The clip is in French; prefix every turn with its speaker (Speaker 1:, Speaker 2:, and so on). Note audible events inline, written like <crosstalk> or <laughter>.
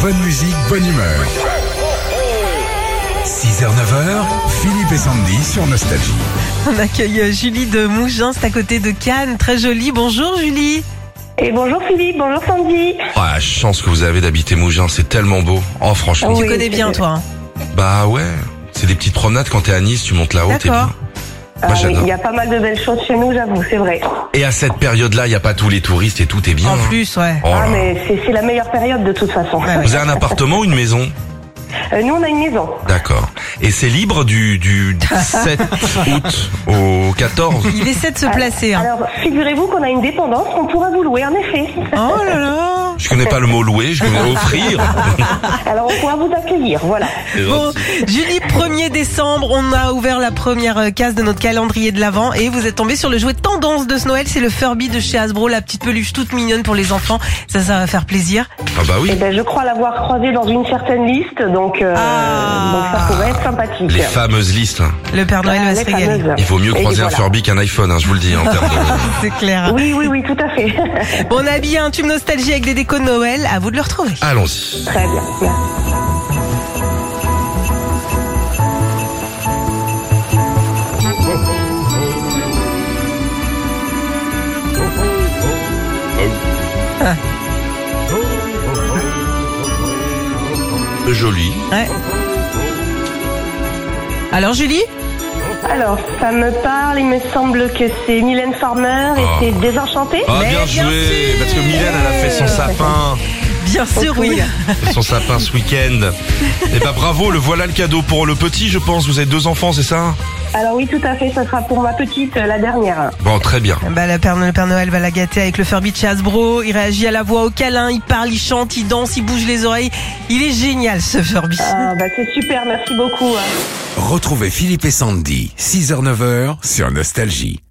Speaker 1: Bonne musique, bonne humeur. 6h, 9h, Philippe et Sandy sur Nostalgie.
Speaker 2: On accueille Julie de Mougins, c'est à côté de Cannes, très jolie. Bonjour Julie.
Speaker 3: Et bonjour Philippe, bonjour Sandy.
Speaker 4: Oh, la chance que vous avez d'habiter Mougins, c'est tellement beau. Oh, franchement.
Speaker 2: Tu
Speaker 3: Oui,
Speaker 2: connais bien
Speaker 3: c'est-
Speaker 2: toi. hein.
Speaker 4: Bah ouais. C'est des petites promenades quand t'es à Nice, tu montes là-haut, t'es
Speaker 2: D'accord.
Speaker 4: bien. Moi,
Speaker 3: Ah oui,
Speaker 4: j'adore.
Speaker 3: Euh,
Speaker 4: Oh
Speaker 3: il y a pas mal de belles choses chez nous, j'avoue, c'est vrai.
Speaker 4: Et à cette période-là, il n'y a pas tous les touristes et tout est bien.
Speaker 2: En
Speaker 4: hein.
Speaker 2: plus, ouais.
Speaker 4: Oh là
Speaker 3: Ah,
Speaker 4: là.
Speaker 3: mais c'est c'est la meilleure période de toute façon.
Speaker 2: Ouais, ouais.
Speaker 4: Vous avez un appartement ou une maison
Speaker 3: Euh, nous, on a une maison.
Speaker 4: D'accord. Et c'est libre du,
Speaker 3: <laughs>
Speaker 4: du 7 août au 14
Speaker 2: Il essaie de se placer. hein.
Speaker 3: Alors, figurez-vous qu'on a une dépendance qu'on pourra vous louer, en effet.
Speaker 2: Oh là là.
Speaker 4: Je connais pas le mot louer, je connais
Speaker 3: <laughs>
Speaker 4: offrir. Ah
Speaker 3: Alors, on pourra vous accueillir, voilà.
Speaker 4: C'est
Speaker 2: Bon,
Speaker 4: gentil.
Speaker 2: Julie, 1er décembre, on a ouvert la première euh, case de notre calendrier de l'Avent et vous êtes tombé sur le jouet tendance de ce Noël, c'est le Furby de chez Hasbro, la petite peluche toute mignonne pour les enfants. Ça, ça va faire plaisir.
Speaker 4: Ah bah oui.
Speaker 3: Et ben, je crois l'avoir croisé dans une certaine liste, donc, euh,
Speaker 2: Ah.
Speaker 3: donc ça pourrait être sympathique.
Speaker 4: Les fameuses listes. là.
Speaker 2: Le Père Noël va
Speaker 3: Ah,
Speaker 2: se
Speaker 3: les
Speaker 2: régaler. <laughs>
Speaker 3: fameuses.
Speaker 4: Il vaut mieux
Speaker 3: Et
Speaker 4: croiser un
Speaker 3: voilà.
Speaker 4: Furby qu'un iPhone, hein, je vous le dis. En termes de...
Speaker 2: C'est clair.
Speaker 3: Oui, oui, oui, tout à fait. <laughs>
Speaker 2: Bon, On a bien un tube nostalgie avec des décos de Noël. À vous de le retrouver.
Speaker 4: Allons-y.
Speaker 3: Très bien.
Speaker 4: Joli.
Speaker 2: Ouais. Alors Julie
Speaker 3: Alors, ça me parle, il me semble que c'est Mylène Farmer et
Speaker 4: Ah.
Speaker 3: c'est Désenchantée.
Speaker 4: Ah,
Speaker 2: Mais
Speaker 4: bien
Speaker 2: bien
Speaker 4: joué
Speaker 2: sûr.
Speaker 4: Parce que Mylène, elle a fait son sapin,
Speaker 2: Bien sûr, oui.
Speaker 4: son sapin ce week-end. Et bah bravo, le voilà le cadeau pour le petit, je pense. Vous avez deux enfants, c'est ça
Speaker 3: Alors oui, tout à fait, ça sera pour ma petite, euh, la dernière.
Speaker 4: Bon, très bien.
Speaker 2: Bah, le, Père, le Père Noël va la gâter avec le Furby de chez Hasbro. Il réagit à la voix, au câlin, il parle, il chante, il danse, il bouge les oreilles. Il est génial ce Furby.
Speaker 3: Ah, bah, c'est super, merci beaucoup. hein.
Speaker 1: Retrouvez Philippe et Sandy, 6h, 9h sur Nostalgie.